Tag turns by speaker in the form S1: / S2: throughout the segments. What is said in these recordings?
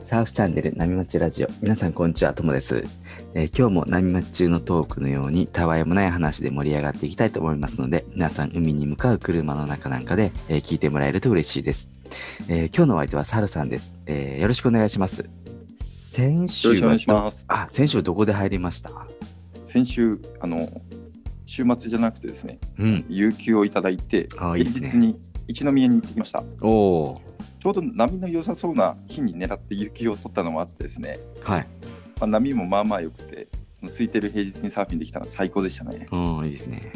S1: サーフチャンネル波町ラジオ皆さんこんにちはともです、えー今日も波町中のトークのようにたわいもない話で盛り上がっていきたいと思いますので皆さん海に向かう車の中なんかで、えー聞いてもらえると嬉しいです、えー今日のお相手はサルさんです、えーよろしくお願いします先週
S2: よ
S1: は
S2: ろしくお願いします。
S1: あ先週どこで入りました
S2: 先週、あの、週末じゃなくてですね、
S1: うん
S2: 有給をいただいて、
S1: あ
S2: 平
S1: いいですね
S2: 日に一宮に行ってきました。
S1: おお
S2: ちょうど波の良さそうな日に狙って有給を取ったのもあってですね、
S1: ーはい
S2: まあ、波もまあまあ良くて、空いてる平日にサーフィンできたのは最高でしたね。
S1: うんいいですね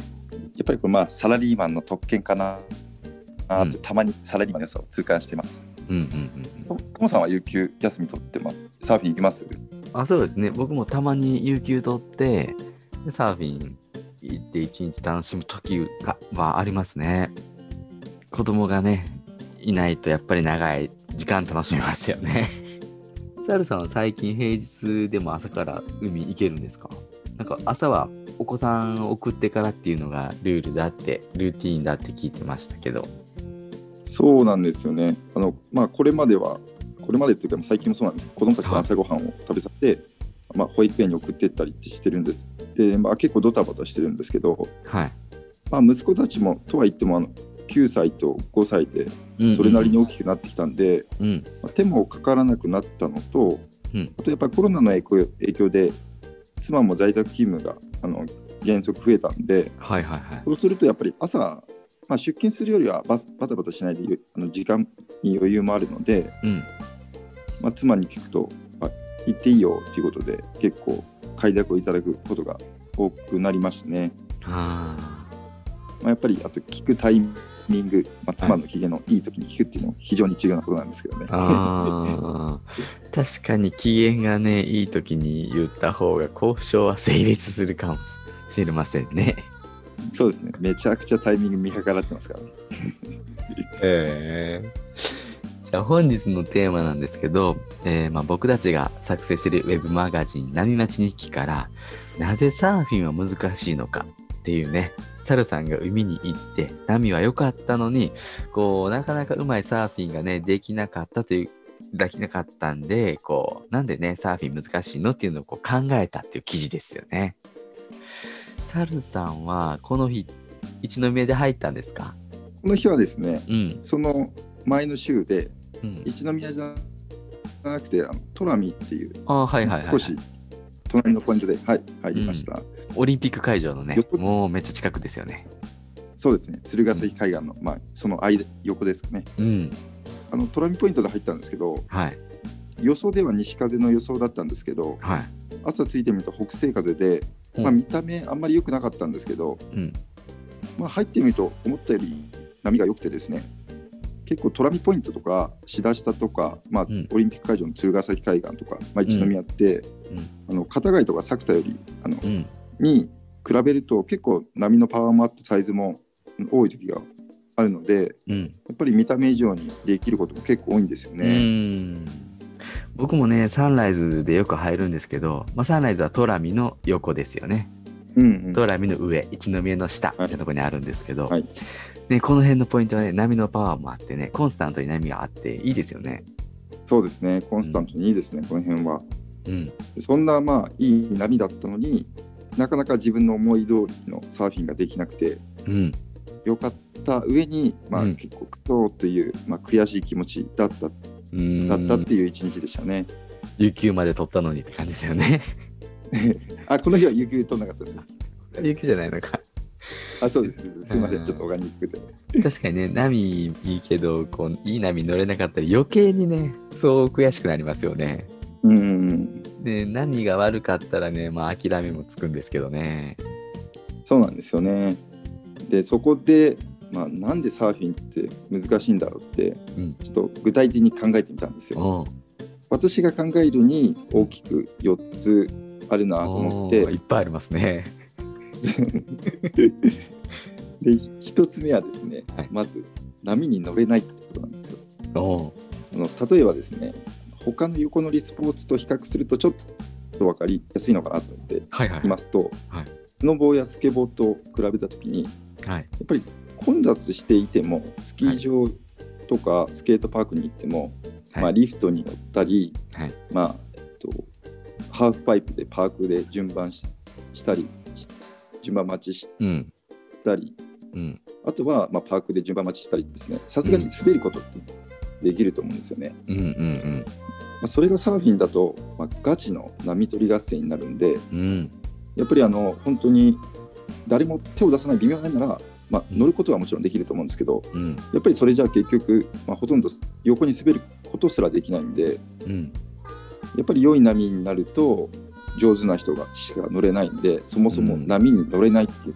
S2: やっぱりこれ、まあ、サラリーマンの特権かな。あ
S1: うん
S2: とたまにサラリーマンの良さを痛感しています。
S1: うんうんうんうん
S2: とともさんは有給休み取ってもサーフィン行きます
S1: あそうですね僕もたまに有給取ってでサーフィン行って一日楽しむ時がはありますね子供がねいないとやっぱり長い時間楽しみますよ ねサルさんは最近平日でも朝から海行けるんですかなんか朝はお子さんを送ってからっていうのがルールだってルーティーンだって聞いてましたけど
S2: そうなんですよね。あのまあこれまではこれまでっていうか最近もそうなんですけど子供たち
S1: は
S2: の
S1: い
S2: 朝ごはんを食べさせて、まあ保育園に送ってったりってしてるんです。でまあ結構ドタバタしてるんですけど、
S1: はい
S2: まあ息子たちもとは言ってもあの9歳と5歳で
S1: うんうん
S2: それなりに大きくなってきたんで、
S1: うん
S2: まあ手もかからなくなったのと、
S1: うん
S2: あとやっぱりコロナの影響影響で妻も在宅勤務があの原則増えたんで、
S1: はいはいはい
S2: そうするとやっぱり朝、まあ、出勤するよりはバスバタバタしないでゆあの時間に余裕もあるので、
S1: うん
S2: まあ、妻に聞くとあ行っていいよということで結構快諾をいただくことが多くなりましたね、
S1: あ
S2: まあ、やっぱりあと聞くタイミング、まあ、妻の機嫌のいい時に聞くっていうのも非常に重要なことなんですけどね
S1: ーあー確かに機嫌がねいい時に言った方が交渉は成立するかもしれませんね。
S2: そうですねめちゃくちゃタイミング見計らってますからね
S1: えじゃあ本日のテーマなんですけど、えーまあ、僕たちが作成しているウェブマガジン「波町日記」からなぜサーフィンは難しいのかっていうねサルさんが海に行って波は良かったのにこうなかなかうまいサーフィンがねできなかったというできなかったんでこうなんでねサーフィン難しいのっていうのをこう考えたっていう記事ですよね。サルさんはこの日一宮で入ったんですか
S2: この日はですね
S1: うん。
S2: その前の週で
S1: うん、
S2: 一宮じゃなくてあのトラミっていう
S1: あーはいはいはい、はい、
S2: 少し隣のポイントで、はい、入りました、
S1: オリンピック会場のね
S2: 横
S1: もうめっちゃ近くですよね
S2: そうですね鶴ヶ崎海岸の、まあ、その間横ですかね
S1: うん
S2: あのトラミポイントで入ったんですけど
S1: はい
S2: 予想では西風の予想だったんですけど
S1: はい
S2: 朝ついてみると北西風で、まあ、
S1: うん
S2: 見た目あんまり良くなかったんですけど、
S1: うん
S2: まあ、入ってみると思ったより波が良くてですね結構トラミポイントとか志田下とか、まあ
S1: うん
S2: オリンピック会場の鶴ヶ崎海岸とか、まあ、一宮っ
S1: う
S2: て、
S1: ん
S2: あの片貝とか作田よりあの
S1: うん
S2: に比べると結構波のパワーもあってサイズも多い時があるので
S1: うん
S2: やっぱり見た目以上にできることも結構多いんですよ
S1: う
S2: ね。
S1: ん僕もねサンライズでよく入るんですけど、まあ、サンライズはトラミの横ですよね
S2: うんうん
S1: トラミの上一宮の下ってとこにあるんですけど、
S2: はい
S1: ね、この辺のポイントはね波のパワーもあってねコンスタントに波があっていいですよね
S2: そうですねコンスタントにいいですね、この辺は。
S1: うん
S2: そんなまあいい波だったのになかなか自分の思い通りのサーフィンができなくて
S1: うん
S2: よかった上に、まあ、
S1: うん
S2: 結構苦闘という、まあ、悔しい気持ちだった
S1: うん
S2: だったっていう一日でしたね。
S1: 有給まで取ったのにって感じですよ ね
S2: あこの日は有給取らなかったです。
S1: 有給じゃないのか
S2: あそうですすいませ
S1: うん
S2: んちょっとオガニックで。
S1: 確かにね波いいけどこういい波乗れなかったら余計にねそう悔しくなりますよね
S2: うんうんうん
S1: で波が悪かったらねまあ諦めもつくんですけどね
S2: そうなんですよね。でそこで、まあ、なんでサーフィンって難しいんだろうって、
S1: うん
S2: ちょっと具体的に考えてみたんですよ。
S1: お
S2: 私が考えるに大きく4つあるなと思って
S1: いっぱいありますね
S2: で1つ目はですね、
S1: はい
S2: まず波に乗れないってことなんですよ。
S1: お
S2: あの例えばですね他の横乗りスポーツと比較するとちょっと分かりやすいのかなと思って
S1: はいはい
S2: いますと、
S1: はい
S2: スノボーやスケボーと比べた時に
S1: はい
S2: やっぱり混雑していてもスキー場とかスケートパークに行っても、
S1: はい
S2: まあ、リフトに乗ったり、
S1: はい
S2: まあえっと、ハーフパイプでパークで順番ししたりし順番待ちし
S1: うん。
S2: たり
S1: うん。
S2: あとは、まあ、パークで順番待ちしたりですねさすがに滑ることってできると思うんですよね。
S1: うんうん
S2: まあ、それがサーフィンだと、まあ、ガチの波取り合戦になるんで
S1: うん。うん。
S2: やっぱりあの本当に誰も手を出さない微妙ななら、まあ、
S1: うん
S2: 乗ることはもちろんできると思うんですけど、
S1: うん。
S2: やっぱりそれじゃあ結局、まあ、ほとんど横に滑ることすらできないんで
S1: うん。
S2: やっぱり良い波になると上手な人がしか乗れないんでそもそも波に乗れないっていう、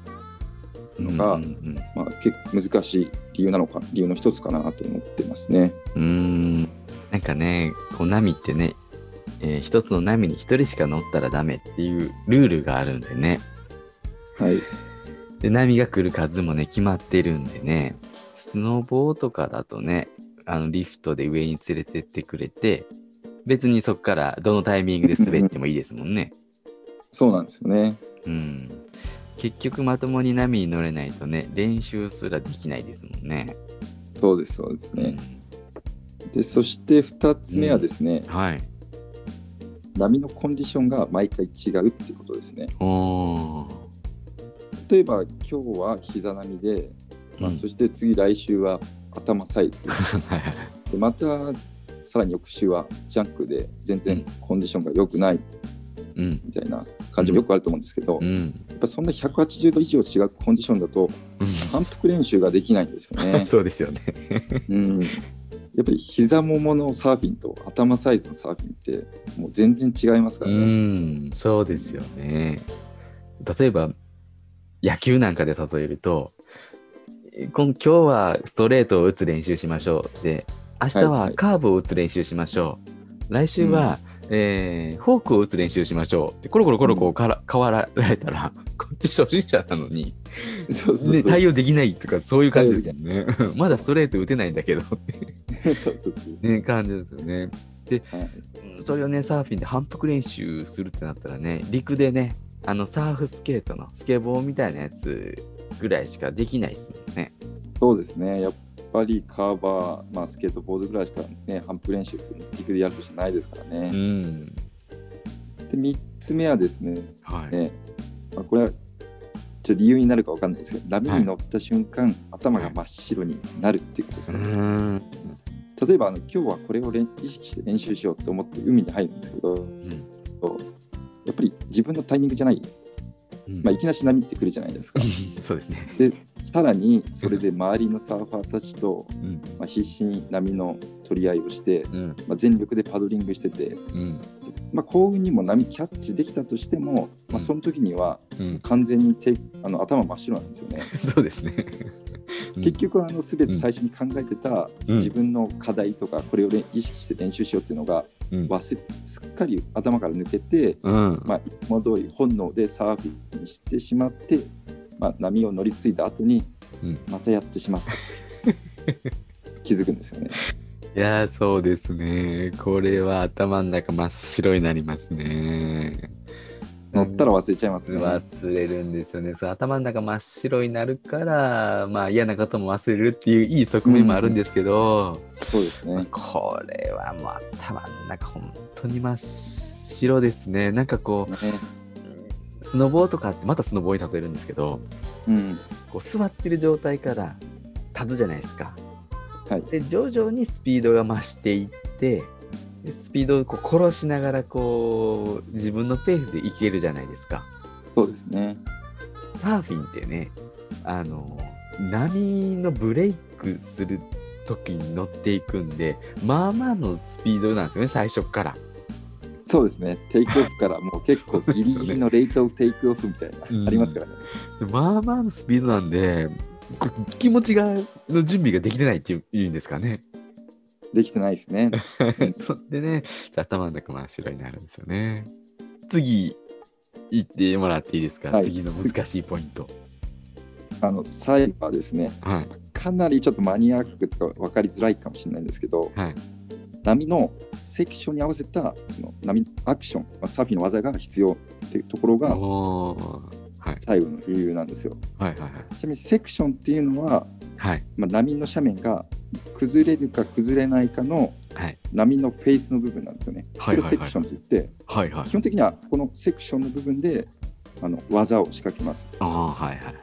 S1: うん。
S2: が
S1: うん
S2: まあ、結構難しい理由なのか理由の一つかなと思ってますね。
S1: うーん。なんかね、こう波ってね、えー一つの波に一人しか乗ったらダメっていうルールがあるんでね。
S2: はい、
S1: で、波が来る数もね、決まってるんでね。スノボーとかだとね、あの、リフトで上に連れてってくれて、別にそっからどのタイミングで滑ってもいいですもん ね。
S2: そうなんですよね。
S1: うん。結局まともに波に乗れないとね、練習すらできないですもんね。
S2: そうですそうです
S1: うん
S2: ね。でそして2つ目はですね、
S1: はい。
S2: 波のコンディションが毎回違うっていうことですね。
S1: おー。
S2: 例えば今日は膝波で、まあ、
S1: うん
S2: そして次来週は頭サイズ。
S1: はいはい
S2: でまたさらに翌週はジャンクで全然コンディションが良くない
S1: うん。
S2: みたいな感じもよくあると思うんですけど、
S1: う
S2: や
S1: ん。
S2: っぱそんな180度以上違うコンディションだと反復練習ができないんですよ ね。
S1: そうですよね。
S2: うんやっぱり膝もものサーフィンと頭サイズのサーフィンってもう全然違いますか
S1: う
S2: らね。
S1: ん、そうですよね。例えば、野球なんかで例えると、今今日はストレートを打つ練習しましょう。で、明日
S2: はいは
S1: はいカーブを打つ練習しましょう。来週は、えーフォークを打つ練習しましょう。で、コロコロコロコロから変わられたら、こっち初心者なのに、
S2: そうそう
S1: ね、
S2: そう
S1: 対応できないとか、そういう感じですよね。 まだストレート打てないんだけど、
S2: そうそうそう
S1: ね、感じですよね。
S2: はい
S1: うんそれをねサーフィンで反復練習するってなったらね陸でねあのサーフスケートのスケボーみたいなやつぐらいしかできないですもんね。
S2: そうですね。やっぱりカーバー、まあ、スケートボードぐらいしかね、反復練習って陸でやるとしてないですから
S1: う
S2: ね。
S1: ん。
S2: で、3つ目はですね、
S1: はい。
S2: ねまあ、これはちょっと理由になるかわかんないですけど、波に乗った瞬間、頭が真っ白になるっていうことです
S1: う
S2: ね。
S1: ん。
S2: 例えばあの、今日はこれを練意識して練習しようと思って海に入るんですけど、やっぱり自分のタイミングじゃない、
S1: うん
S2: まあ、いきなし波ってくるじゃないですか。
S1: そうですね。
S2: で、さらにそれで周りのサーファーたちと、
S1: うん。
S2: まあ、必死に波の取り合いをして、
S1: うん。
S2: まあ、全力でパドリングしてて、
S1: うん。
S2: まあ、幸運にも波キャッチできたとしても、
S1: う
S2: ま
S1: ん
S2: あ、その時には
S1: うん。
S2: 完全に手あの頭真っ白なんですよね。
S1: そうですね。うん
S2: 結局あの全て最初に考えてた
S1: うん
S2: 自分の課題とかこれをね意識して練習しようっていうのが
S1: うん。
S2: 忘れすっかり頭から抜けて、
S1: うん。
S2: まあ、いつも通り本能でサーフィンしてしまって、まあ、波を乗り継いだ後に
S1: うん
S2: またやってし まった、気づくんですよね。
S1: いやーそうですね。これは頭の中真っ白になりますね。
S2: 乗ったら忘れちゃいますね。
S1: 忘れるんですよね。そう頭の中真っ白になるから、まあ、嫌なことも忘れるっていういい側面もあるんですけど、
S2: そうですね。
S1: これはもう頭の中本当に真っ白ですね。なんかこ
S2: ね
S1: うスノボーとかってまたスノボーに例えるんですけど
S2: うん、
S1: こう座ってる状態から立つじゃないですか。
S2: はい
S1: で徐々にスピードが増していってでスピードをこう殺しながらこう自分のペースでいけるじゃないですか。
S2: そうですね。
S1: サーフィンってねあの波のブレイクする時に乗っていくんでまあまあのスピードなんですよね最初っから。
S2: そうですね、テイクオフからもう結構ギリギリのレイトテイクオフみたいな、
S1: うん
S2: ありますからね。
S1: まあまあのスピードなんでこう気持ちがの準備ができてないっていういうんですかね。
S2: できてないですね。
S1: そんでねちょっと頭の中真っ白になるんですよね。次行ってもらっていいですか、
S2: はい
S1: 次の難しいポイント。
S2: あの最後はですね、
S1: はい
S2: かなりちょっとマニアックとか分かりづらいかもしれないんですけど、
S1: はい。
S2: 波のセクションに合わせたその波アクション、まあ、サーフィンの技が必要っていうところが
S1: おーはい
S2: 最後の理由なんですよ。
S1: はいはいはい。
S2: ちなみにセクションっていうのは、
S1: はい。
S2: まあ、波の斜面が崩れるか崩れないかの
S1: はい
S2: 波のフェイスの部分なんですよね。
S1: は
S2: そ
S1: い
S2: れを
S1: はいはい
S2: セクションと言って、
S1: はいはい
S2: 基。本的にはこのセクションの部分であの技を仕掛けます。
S1: ああ、はいはい。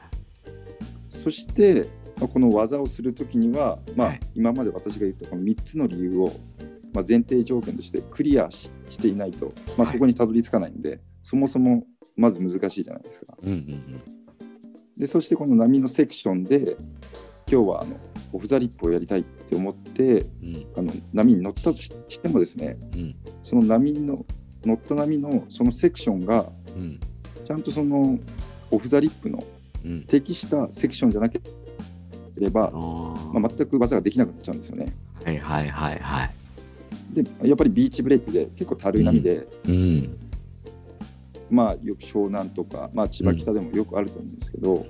S2: そして、まあこの技をするときには、ま
S1: は
S2: あ
S1: い、
S2: 今まで私が言ったこの3つの理由を、まあ、前提条件としてクリアししていないと、まあ、
S1: はい
S2: そこにたどり着かないんで、そもそもまず難しいじゃないですか。
S1: うんうん
S2: でそしてこの波のセクションで今日はあのオフ・ザ・リップをやりたいって思って
S1: うん。うん
S2: あの波に乗ったとししてもですね
S1: うん
S2: その波の乗った波のそのセクションが
S1: うん
S2: ちゃんとそのオフ・ザ・リップの
S1: うん。
S2: 適したセクションじゃなければ、
S1: ああ。
S2: まあ、全く技ができなくなっちゃうんですよね。
S1: はいはいはいは
S2: でやっぱりビーチブレイクで結構軽い波で、
S1: い。うん。
S2: まあよく湘南とか、まあ、千葉北でもよくあると思うんですけど、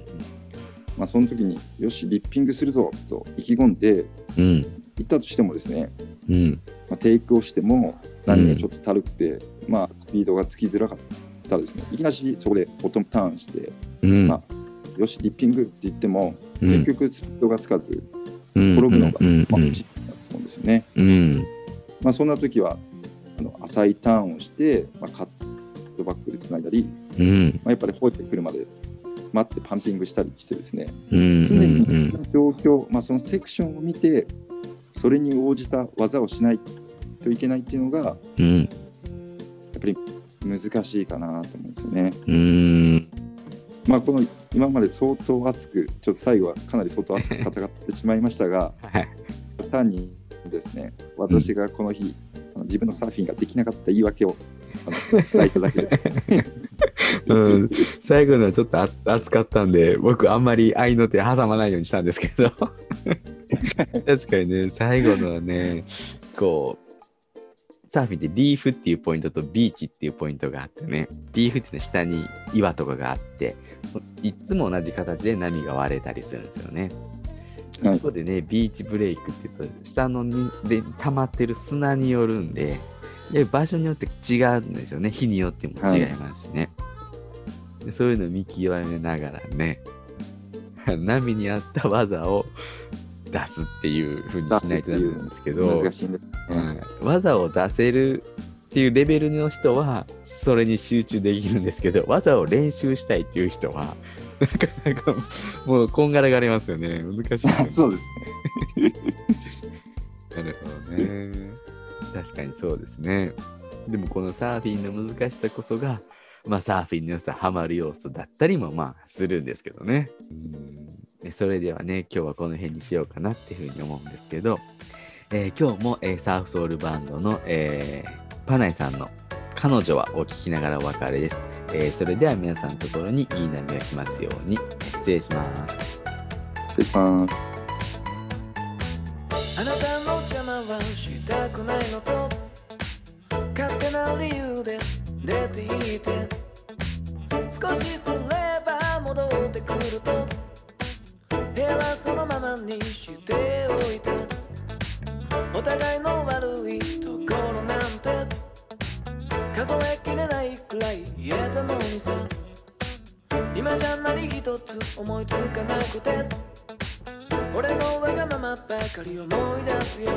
S2: まあ、その時によしリッピングするぞと意気込んで
S1: うん。
S2: 行ったとしてもですね
S1: うん。
S2: まあ、テイクをしても波がちょっと軽くて、まあ、スピードがつきづらかったらですねいきなりそこでボトムターンして
S1: うん。
S2: まよしリッピングって言っても、
S1: うん
S2: 結局スピードがつかず
S1: うん
S2: 転ぶのが
S1: うん
S2: ま
S1: う
S2: あ
S1: ん
S2: 落ちると思うんですよね、
S1: うん。
S2: まあ、そんな時はあの浅いターンをして、まあ、カットバックでつないだり、
S1: うん。
S2: まあ、やっぱり吠えてくるまで待ってパンピングしたりしてですね
S1: うん。
S2: 常に
S1: うん
S2: 状況、まあ、そのセクションを見てそれに応じた技をしないといけないっていうのが
S1: うん。
S2: やっぱり難しいかなと思うんですよね。
S1: うん。
S2: まあこの今まで相当熱くちょっと最後はかなり相当熱く戦ってしまいましたが
S1: はい。
S2: 単にですね私がこの日、あの自分のサーフィンができなかった言い訳をあの伝えただけで
S1: うん、最後のはちょっとあ熱かったんで僕あんまり愛の手挟まないようにしたんですけど確かにね最後のはねこうサーフィンってリーフっていうポイントとビーチっていうポイントがあってねリーフっていうのは下に岩とかがあっていつも同じ形で波が割れたりするんですよね。
S2: はい
S1: 一方でねビーチブレイクって言うと下のにで溜まってる砂によるんでで場所によって違うんですよね日によっても違いますしね、でそういうのを見極めながらね 波に合った技を出すっていう風にしないとダメなんですけど
S2: 難しいんですね。
S1: うん技を出せるっていうレベルの人はそれに集中できるんですけど技を練習したいっていう人はなかなかもうこんがらがれますよね難しいですよね
S2: そうです
S1: なるほどね。確かにそうですね。でもこのサーフィンの難しさこそが、まあサーフィンの良さ、ハマる要素だったりもまあするんですけどね。うんでそれではね、今日はこの辺にしようかなっていうふうに思うんですけど、えー今日も、えーサーフソウルバンドの、えーパナイさんの彼女はを聞きながらお別れです。えーそれでは皆さんのところにいい波が来ますように、失礼します。
S2: ね。失礼します。
S3: あなたの邪魔はしたくないのと勝手な理由で出ていて少しすれば戻ってくると部屋はそのままにしておいてお互いの悪いところなんて数えきれないくらい言えたのにさ今じゃ何一つ思いつかなくて俺のわがままばかり思い出すよ